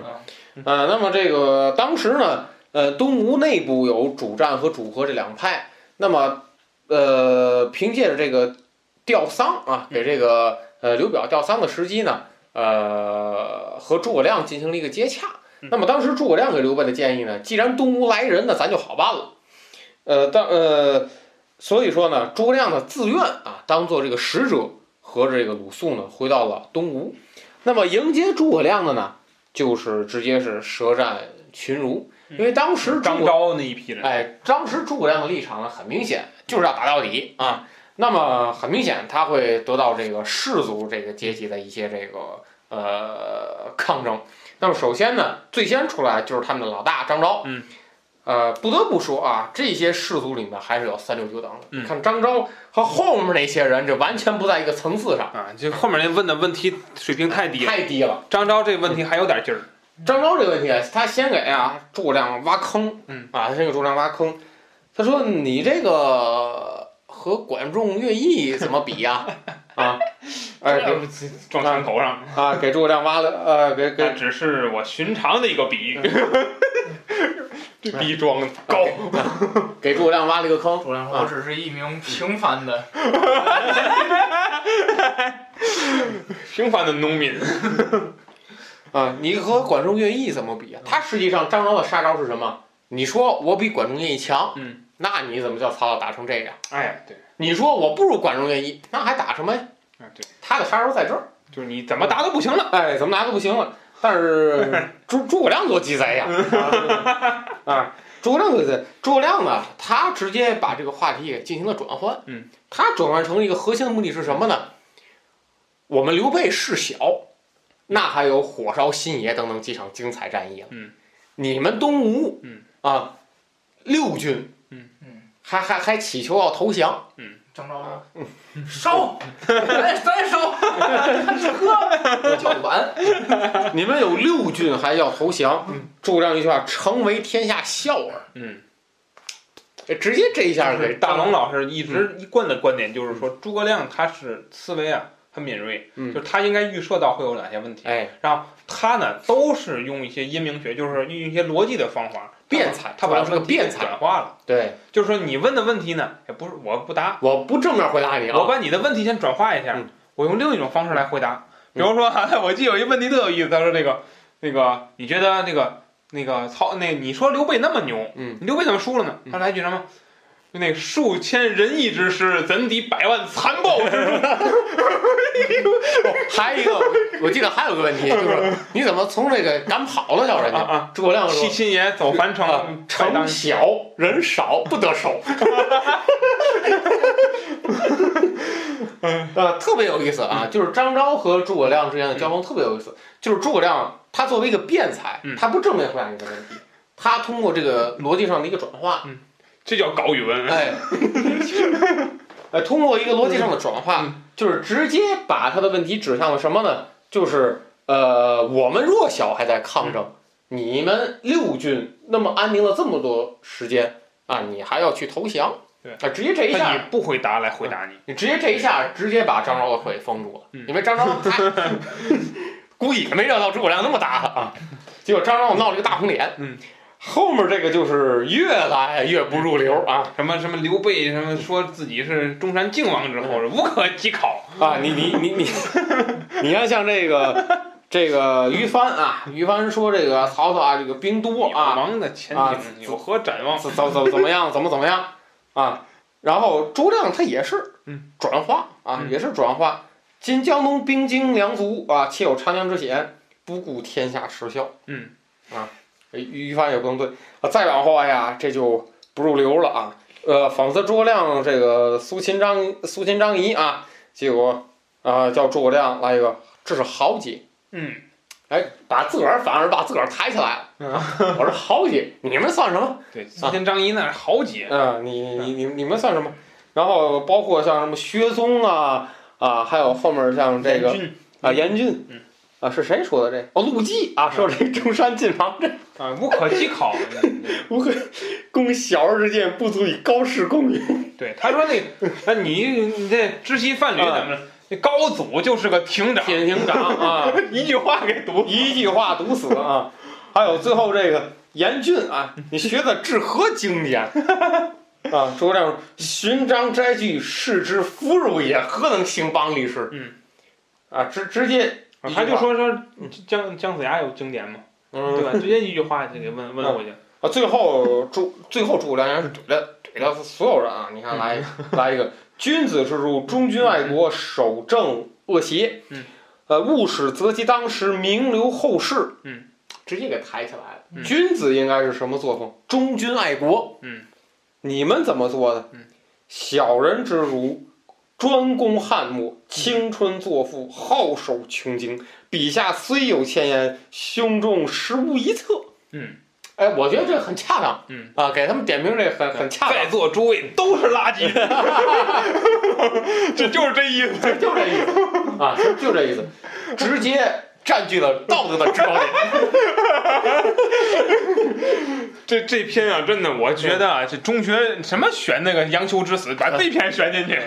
呃，那么这个当时呢，呃，东吴内部有主战和主和这两派。那么，呃，凭借着这个吊丧啊，给这个呃刘表吊丧的时机呢，呃，和诸葛亮进行了一个接洽。那么当时诸葛亮给刘备的建议呢，既然东吴来人呢，咱就好办了。呃，当呃，所以说呢，诸葛亮呢自愿啊，当做这个使者和这个鲁肃呢，回到了东吴。那么迎接诸葛亮的呢，就是直接是舌战群儒，因为当时诸嗯张葛昭那一批人，哎，当时诸葛亮的立场呢，很明显就是要打到底啊。那么很明显，他会得到这个士族这个阶级的一些这个呃抗争。那么首先呢，最先出来就是他们的老大张昭。嗯。呃，不得不说啊，这些士族里面还是有三六九等的。嗯你看张昭和后面那些人，这完全不在一个层次上，啊，就后面那问的问题水平太低了。太低了。张昭这个问题还有点劲儿，张昭这个问题，他先给啊诸葛亮挖坑，嗯啊，他先给诸葛亮挖坑。他说：“你这个和管仲、乐毅怎么比呀、啊？”哎，给撞枪头上，啊，给诸葛亮挖了，呃，给那给只是我寻常的一个比喻。 这逼装的高，给诸葛亮挖了一个坑。啊诸葛亮说：“我只是一名平凡的平凡的农民。啊，你和管仲、乐毅怎么比啊？他实际上张昭的杀招是什么？你说我比管仲、乐毅强，嗯，那你怎么叫曹操打成这样？哎，对，你说我不如管仲、乐毅，那还打什么呀？啊对，他的杀招在这儿。”就是你怎么打都不行了。哎，怎么拿都不行了。但是诸诸葛亮多鸡贼呀！啊，诸葛亮多鸡贼。诸葛亮呢，他直接把这个话题给进行了转换。嗯，他转换成一个核心的目的是什么呢？我们刘备事小，那还有火烧新野等等几场精彩战役了。嗯，你们东吴，嗯啊，六军，嗯嗯，还还还乞求要投降，张昭说：“烧，咱咱烧，我就 完。你们有六郡还要投降，祝这样一句话，成为天下笑耳。嗯，这直接这一下给大龙老师一嗯直一贯的观点就是说，诸葛亮他是思维啊很敏锐，嗯就是他应该预设到会有哪些问题，哎，然后他呢都是用一些阴明学，就是用一些逻辑的方法辩才，他主把要是个辩才。转化了，对，就是说你问的问题呢，也不是我不答，我不正面回答你我啊，把你的问题先转化一下嗯，我用另一种方式来回答。比如说， 我记得有一问题特有意思，他说那个那个，你觉得那个那个曹那你说刘备那么牛，嗯，刘备怎么输了呢？嗯他来一句什么？就那数千仁义之师，怎敌百万残暴之众？哦还有一个，我记得还有个问 题，就是你怎么从这个赶跑了叫人啊家？啊！诸葛 亮七说，擒爷走樊啊城，百嗯城当小人少不得手。 呃，特别有意思啊，就是张昭和诸葛亮之间的交锋特别有意思。就是诸葛亮他作为一个辩才嗯，他不正面回答你的问题，他通过这个逻辑上的一个转化，这叫搞语文。 哎，呃，通过一个逻辑上的转化，嗯就是直接把他的问题指向了什么呢？就是呃，我们弱小还在抗争，嗯你们六郡那么安宁了这么多时间啊，你还要去投降？对啊，直接这一他以下，嗯不回答来回答你。你直接这一下，直接把张昭的腿封住了，嗯因为张昭 他估计也没料到诸葛亮那么大啊，结果张昭闹了一个大红脸，嗯。后面这个就是越来越不入流啊！什么什么刘备什么说自己是中山靖王之后嗯是无可稽考。啊，你你你你，你看像这个这个于帆啊，于帆说这个曹操啊，这个兵多啊，王的前啊景有何展望？怎怎怎怎么样，怎么怎么样啊？然后诸葛亮他也是，嗯，转化啊，嗯也是转化。今江东兵精粮足啊，且有长江之险，不顾天下耻笑。嗯，啊，于于帆也不能对啊。再往后，哎呀，这就不入流了啊。呃，讽刺诸葛亮这个苏秦张苏秦张仪啊，结果啊、叫诸葛亮来一个，这是豪杰。嗯。哎，把自个儿反而把自个儿抬起来了。嗯我说豪杰，你们算什么？对，苏啊秦张仪那是豪杰，嗯，你你你你们算什么？然后包括像什么薛宗啊啊，还有后面像这严个俊啊严俊嗯，啊是谁说的这？哦，陆绩啊，说这中山靖王这啊，无可稽考。嗯对无可攻小儿之见，不足以高士公也。对，他说那个，啊，你你这知悉范蠡啊怎么着？那高祖就是个亭长，铁亭长 啊，一句话给读。一句话毒死啊！还有最后这个严俊啊，你学的至何经典？啊，诸葛亮说寻章摘句，视之腐儒也，何能兴邦立世？嗯，啊，直直接啊他就说说姜姜子牙有经典吗？对嗯吧？直接一句话就给问问过去。啊，最后诸最后诸葛亮也是怼了怼了所有人啊！你看来来一个君子之儒，忠君爱国，守正恶邪。嗯，呃，勿使择其当时，名留后世。嗯，直接给抬起来了。嗯君子应该是什么作风？忠君爱国。嗯，你们怎么做的？嗯，小人之儒，专攻翰墨，青春作赋，好守穷经。笔下虽有千言，胸中实无一策。嗯，哎，我觉得这很恰当。嗯啊，给他们点评这很很恰在座诸位都是垃 圾，这就是这意思。 当，就这意思啊，就就这意思，直接占据了道德的制高点。 这这篇啊，真的，我觉得啊，这中学什么选那个杨修之死，把这篇选进去，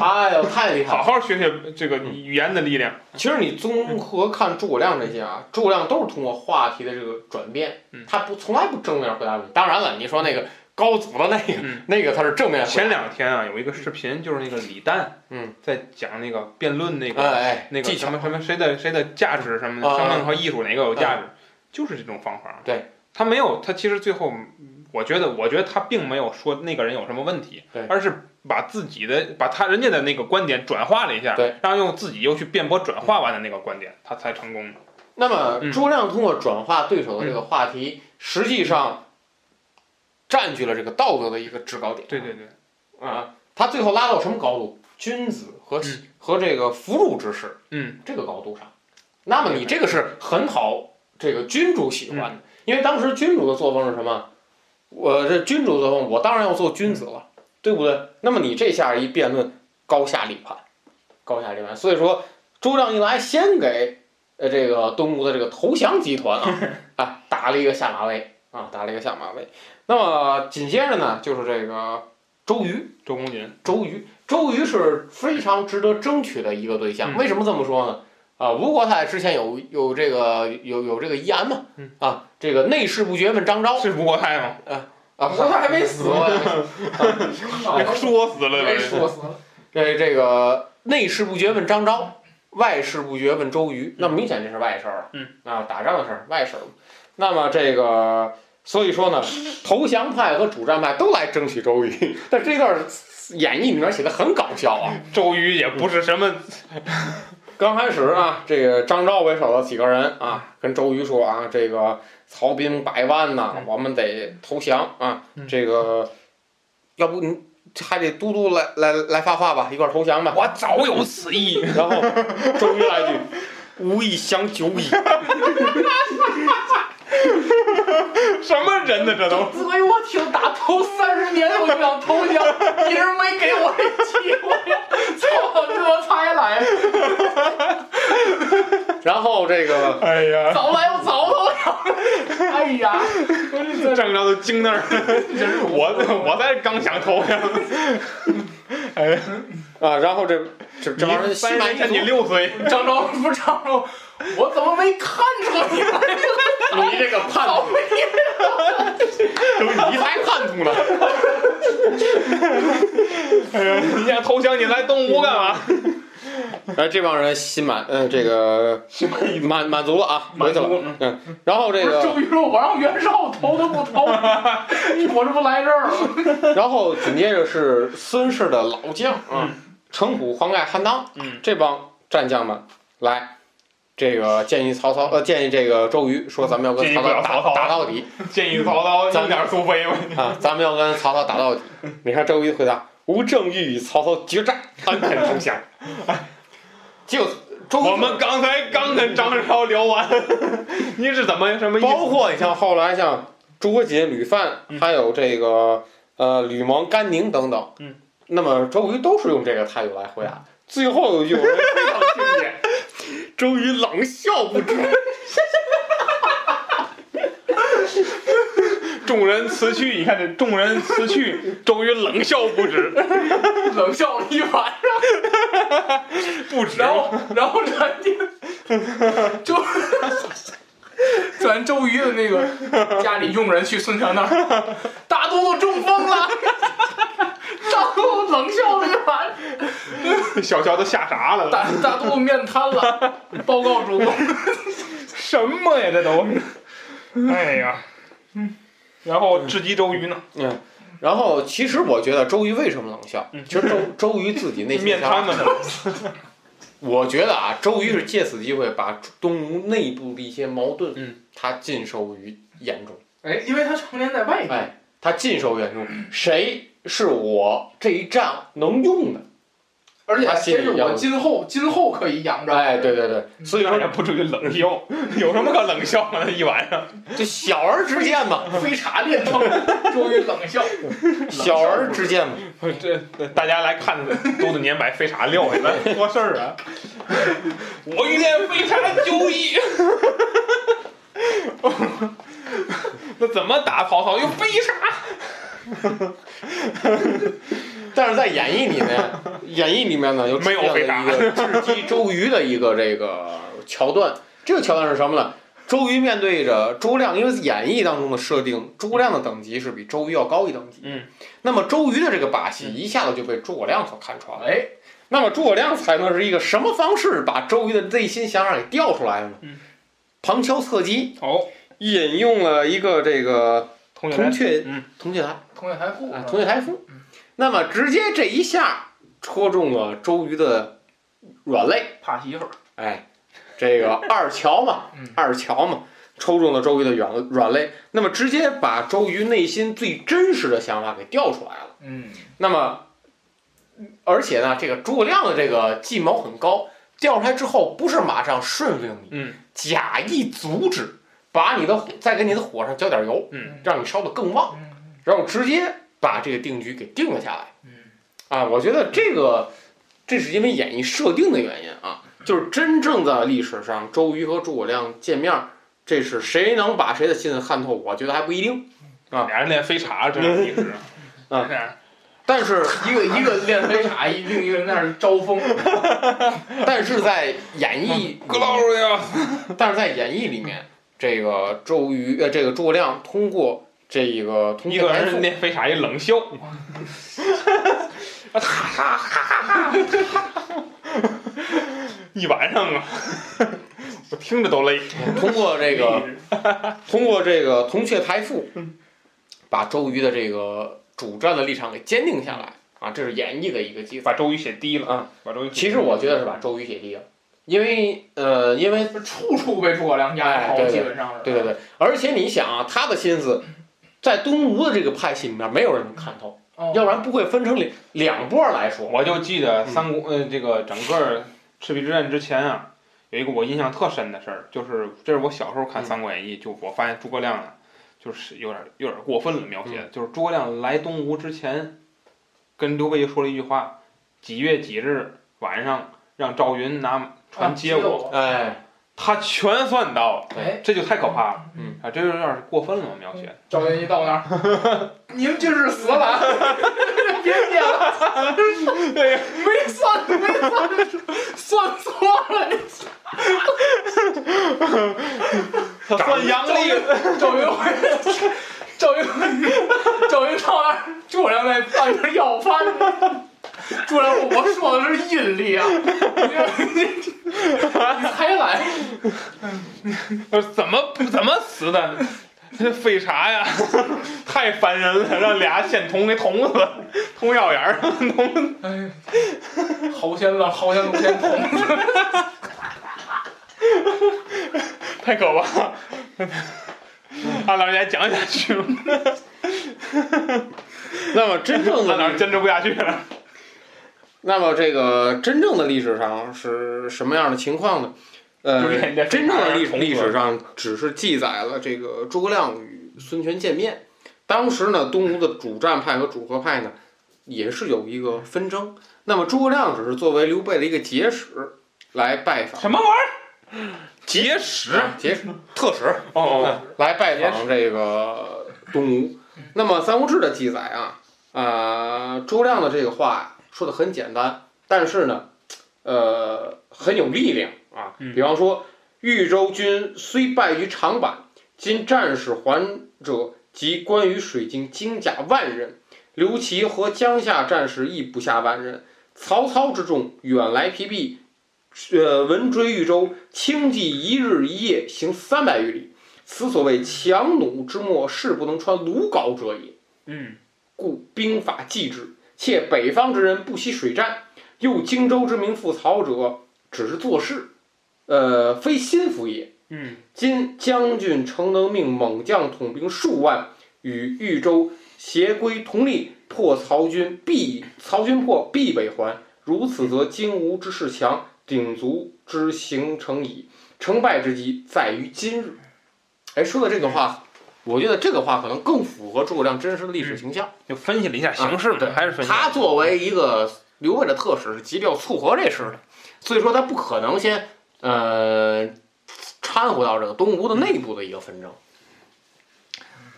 哎呦，太厉害好了！好学学这个语言的力量。其实你综合看诸葛亮这些啊，诸葛亮都是通过话题的这个转变嗯，他不从来不正面回答你。当然了，你说那个高祖的那个、嗯那个他是正面回答前两天啊，有一个视频，就是那个李诞，嗯，在讲那个辩论那个、哎哎那个技什巧么什么谁的谁的价值什么的，啊生命和艺术哪个有价值，就是这种方法。对，他没有，他其实最后，嗯我觉得，我觉得他并没有说那个人有什么问题对，而是把自己的把他人家的那个观点转化了一下，对，然后用自己又去辩驳转化完的那个观点，他才成功的。那么嗯诸葛亮通过转化对手的这个话题，实际上占据了这个道德的一个制高点。对对对，啊，他最后拉到什么高度？君子和、嗯和这个辅助之士嗯，这个高度上。那么你这个是很讨这个君主喜欢的，因为当时君主的作风是什么？我这君主作风，我当然要做君子了，对不对？那么你这下一辩论，高下立判，高下立判。所以说，诸葛亮一来，先给呃这个东吴的这个投降集团啊啊打了一个下马威啊，打了一个下马威。那么紧接着呢，就是这个周瑜，周公瑾，周瑜，周瑜是非常值得争取的一个对象。嗯为什么这么说呢？啊，吴国太之前有有这个有有这个遗言嘛嗯，啊，这个内侍不绝问张 昭是吴国太吗？啊，不过他还 没死，我也没死 那说死了哦没吧？说死了。这这个内侍不决问张昭，外侍不决问周瑜。那明显这是外事儿，嗯，啊，打仗的事儿，外事儿。那么这个，所以说呢，投降派和主战派都来争取周瑜， 但这段演绎里面写的很搞笑啊。周瑜也不是什么， 刚开始啊，这个张昭为首的几个人嗯啊，跟周瑜说啊，这个曹兵百万呐、嗯我们得投降啊，嗯这个要不你还得都督来来来发话吧，一块儿投降吧。我早有此意。 然后周瑜来一句：“吾意降久矣。 什么人呢？这 都所以我挺打头三十年我就想投降，一直没给我这机会，操，这才来，”然后这个哎呀，早来我早投降。哎呀， 张昭都惊 那儿了。我我才刚想投降。哎呀，啊，然后这这这帮人你心三年满意前足你，六岁，张昭不张昭，我怎么没看出你来？你这个叛早徒，没你才叛徒呢！哎呀，你想投降，你来东吴干嘛？ 哎，这帮人心满，嗯，这个满满足了啊，回去了满足，嗯，然后这不是个，周瑜说，我让袁绍投都不投，我这不来这儿了。 然后紧接着是孙氏的老将啊，程普、黄盖、韩当，嗯，这帮战将们来，这个建议曹操，呃，建议这个周瑜说，咱们要跟建议曹不操了曹操打啊打到底，建议曹操弄点苏菲吧。 啊，咱们要跟曹操打到底。你看周瑜回答：“无正欲与曹操 决战，安肯投降？”就周瑜我们刚才刚跟张昭聊完， 你是怎么什么意包思？括你像后来像诸葛瑾、吕范，还有这个呃吕蒙、甘宁等等，嗯，那么周瑜都是用这个态度来回答。最后 有一句我觉得非常经典，周瑜冷笑不止。 众人辞去，你看这众人辞去，周瑜冷笑不 止，冷笑了一晚上，不止。然后然后咱就就咱周瑜的那个家里佣人去孙权那儿，大都督中风了，大都督冷笑了一晚上，小乔都吓傻了，大大都督面瘫了，报告主公，什么呀？这都， 哎呀，嗯，然后至极周瑜呢，嗯，然后其实我觉得周瑜为什么冷笑？其实周周瑜自己内嗯 心面想瘫了，我觉得啊，周瑜是借此机会把东吴内部的一些矛盾，嗯，他尽收于眼中， 哎，因为他常年在外地，哎，他尽收眼中，谁是我这一仗能用的？而且他心里这是要我有今后今后可以仰仗，哎，对对对，所以那说也不至于冷笑， 有什么可冷笑的？一晚上，这小儿之 见嘛，飞茶练腾，周瑜冷笑，小儿之见嘛，这这大家来看都得年买飞茶料去，咱多事儿啊！我欲练飞茶久 矣。那怎么打曹操？用飞茶？但是在演绎里面，演绎里面呢又出没有现回了答一个 智击周瑜的一个这个桥段。这个桥段是什么呢？周瑜面对着诸葛亮，因为演义当中的设定，诸葛亮的等级是比周瑜要高一等级。嗯，那么周瑜的这个把戏一下子就被诸葛亮所看穿了。哎，那么诸葛亮采用的是一个什么方式把周瑜的内心想法给调出来的呢？嗯旁敲侧击，哦，引用了一个这个同学铜来，雀嗯，铜雀台。同学还护啊，同学台风。那么直接这一下戳中了周瑜的软肋，怕媳妇儿，哎，这个二乔嘛嗯，二乔嘛，戳中了周瑜的软软肋，那么直接把周瑜内心最真实的想法给调出来了。嗯，那么，而且呢，这个诸葛亮的这个计谋很高，调出来之后不是马上顺应你，嗯，假意阻止，把你的火再给你的火上浇点油，嗯，让你烧得更旺，然后直接把这个定局给定了下来。嗯嗯，啊，我觉得这个这是因为演绎设定的原因啊，就是真正的历史上，周瑜和诸葛亮见面儿，这是谁能把谁的心看透，我觉得还不一定。啊俩人练飞茶，这是历史。啊这样但是， 一个一个练飞茶，一另一个人在那儿招风。但是在演义 里搁老鼠呀！但是在演义里面，这个周瑜呃，这个诸葛亮通过这一个通一过个白人练飞茶，一冷 笑。啊哈哈哈哈哈！一晚上啊， 我听着都累。通过这个通过这个铜雀台赋，把周瑜的这个主战的立场给坚定下来啊，这是演义的一个基础。把周瑜写低了啊！把周瑜写低了其实我觉得是把周瑜写低了，因为呃，因为处处被诸葛亮压哎好，对对基本上是。对对对，而且你想啊，他的心思在东吴的这个派系里面，没有人能看透，哦，要不然不会分成两两波来说。我就记得三国，呃，这个整个赤壁之战之前啊，有一个我印象特深的事儿，就是这是我小时候看《三国演义》，就我发现诸葛亮啊，就是有点有点过分了描写，就是诸葛亮来东吴之前，跟刘备说了一句话，几月几日晚上让赵云拿船啊接我，我。哎，他全算到了，哎，这就太可怕了，嗯啊，这就有点过分了嘛描写，赵云一到那儿，你们这是 死了，别念了，哎没算没算算错了。 他算阳赵历云，赵云回来，赵云，赵云上那儿，诸葛亮在半边要饭。诸葛亮说，我说的是阴历啊，你你才来，他说怎么怎么死的？这废茶呀， 太烦人了，让俩线童给捅死，捅药眼儿， 捅哎， 好先了，好先龙先同。太可怕了。按老师也讲不下去了， 那么真正的按老师坚持不下去了。那么这个真正的历史上是什么样的情况呢？呃就是人家，真正的历非常历史上只是记载了这个诸葛亮与孙权见面。当时呢，东吴的主战派和主和派呢，也是有一个纷争。那么诸葛亮只是作为刘备的一个节使来拜访，什么玩意儿？结石啊节使特使哦哦，来拜访这个东吴。那么《三国志》的记载啊，呃，诸葛亮的这个话说的很简单，但是呢，呃，很有力量啊。嗯比方说，豫州军虽败于长坂，今战士还者及关于水军精甲万人，刘琦和江夏战士亦不下万人。曹操之众远来疲弊，呃，闻追豫州，轻骑一日一夜行三百余里。此所谓强弩之末，士不能穿鲁缟者也。嗯，故兵法忌之。且北方之人不惜水战，又荆州之民复曹者，只是做事，呃，非心服也。嗯，今将军诚能命猛将统兵数万，与豫州协归同力，破曹军必曹军破必北还。如此，则荆吴之势强，鼎足之形成矣。成败之机在于今日。哎，说的这个话，我觉得这个话可能更符合诸葛亮真实的历史形象。就分析了一下形势嘛，还是分析他作为一个刘备的特使，是极力要撮合这事的，所以说他不可能先呃掺和到这个东吴的内部的一个纷争。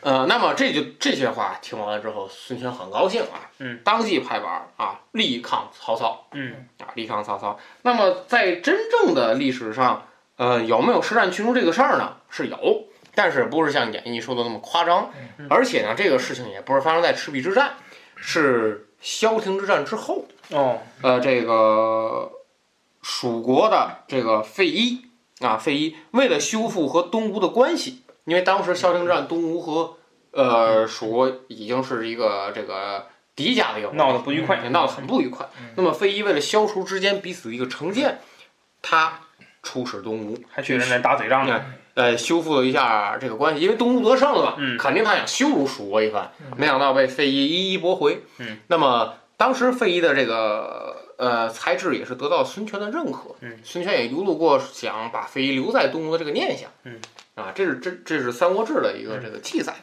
呃，那么这就这些话听完了之后，孙权很高兴啊，嗯，当即拍板儿啊，力抗曹操，嗯，啊，力抗曹操。那么在真正的历史上，呃，有没有实战群儒这个事儿呢？是有，但是不是像演义说的那么夸张，嗯而且呢，这个事情也不是发生在赤壁之战，是萧亭之战之后，哦，呃，这个蜀国的这个费祎啊，费祎为了修复和东吴的关系，因为当时萧亭之战，东吴和呃蜀国已经是一个这个敌家的一个关系嗯闹得不愉快也闹得嗯很不愉快。那么费祎为了消除之间彼此的一个成见，他出使东吴，还去人家打嘴仗呢。呃，修复了一下这个关系，因为东吴得胜了嘛，嗯肯定他想羞辱蜀国一番，嗯没想到被费祎一一驳回。嗯，那么当时费祎的这个呃才智也是得到孙权的认可，嗯孙权也流露过想把费祎留在东吴的这个念想，嗯，啊，这是这这是《三国志》的一个嗯这个记载。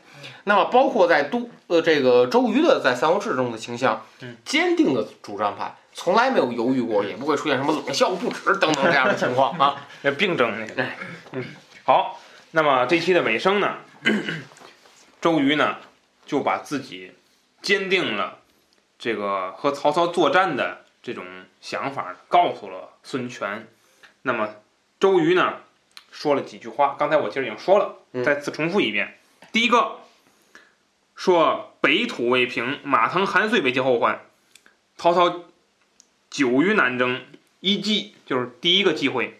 那么包括在都呃这个周瑜的在三国志中的形象嗯，坚定的主战派，从来没有犹豫过，也不会出现什么冷笑不止等等这样的情况啊。 那病症那个。嗯，好，那么这期的尾声呢， 周瑜呢就把自己坚定了这个和曹操作战的这种想法告诉了孙权。那么周瑜呢说了几句话，刚才我其实已经说了，嗯再次重复一遍。第一个说北土未平，马腾、韩遂为其后患，曹操久于南征，一忌就是第一个忌讳。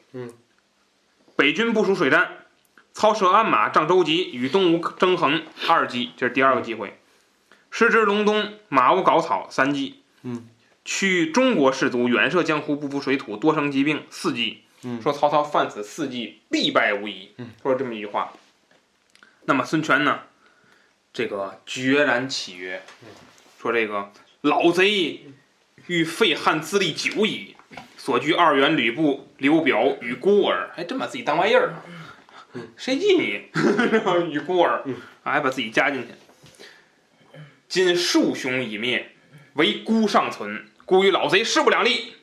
北军部署水战，操设鞍马，仗舟楫，与东吴争衡。二计，这是第二个机会。失之隆冬，马无稿草。三计，嗯，驱中国士卒，远涉江湖，不服水土，多生疾病。四计，嗯说曹操犯此四计，必败无疑。嗯，说了这么一句话。那么孙权呢，这个决然起曰，嗯说这个老贼欲废汉自立久矣。所居二原吕布、刘表与孤儿，哎还真把自己当玩意儿啊！谁记你？ 与孤儿嗯，啊还把自己加进去。今庶雄已灭，唯孤尚存。孤与老贼势不两立，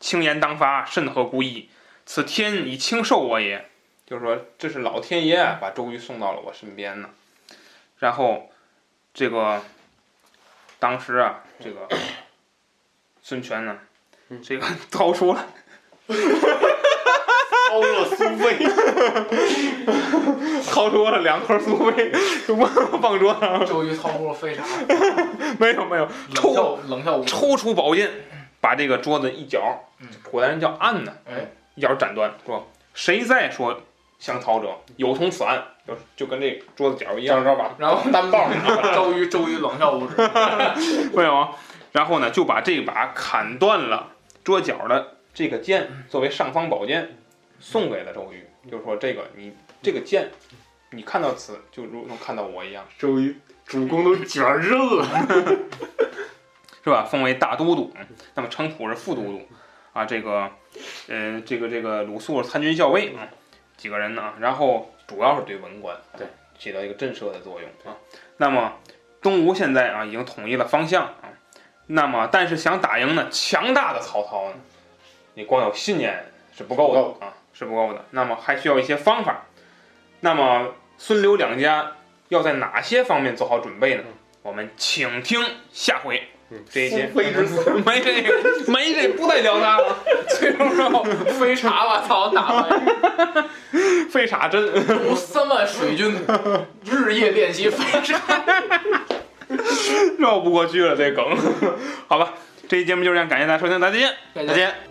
轻言当发，甚合孤意。此天以轻授我也。就是说，这是老天爷啊把周瑜送到了我身边呢。然后，这个当时啊，这个孙权呢，这个 掏出了包了哎苏菲，掏出了两块苏菲，就放放桌上了。周瑜掏出了飞啥？没有没有，冷笑冷笑无声。抽出宝剑，把这个桌子一角嗯，古代人叫按呢，哎，一角斩断，说谁再说降曹者，有同此案，就就跟这桌子角一样，知道吧？ 然后单棒周瑜周瑜冷笑无止。 没有啊。然后呢，就把这把砍断了桌角的这个剑作为尚方宝剑送给了周瑜，就是说这个你这个剑，你看到此就如同看到我一样。周瑜主公都卷热了。是吧？封为大都督，嗯那么程普是副都督，啊，这个，呃，这个这个鲁肃是参军校尉，嗯，几个人呢？然后主要是对文官，啊对，起到一个震慑的作用啊。那么东吴现在啊已经统一了方向啊，那么但是想打赢呢强大的曹操呢，你光有信念是不够的不啊，是不够的。那么还需要一些方法。那么孙刘两家要在哪些方面做好准备呢？嗯我们请听下回。这一节苏菲之死， 没这个，没这不再聊啊他了。 最终后飞茶吧，操，哪玩意儿？费傻针，有三万水军日夜练习飞茶。 绕不过去了这梗。好吧，这期节目就这样，感谢大家收听，大家再见，再再见见。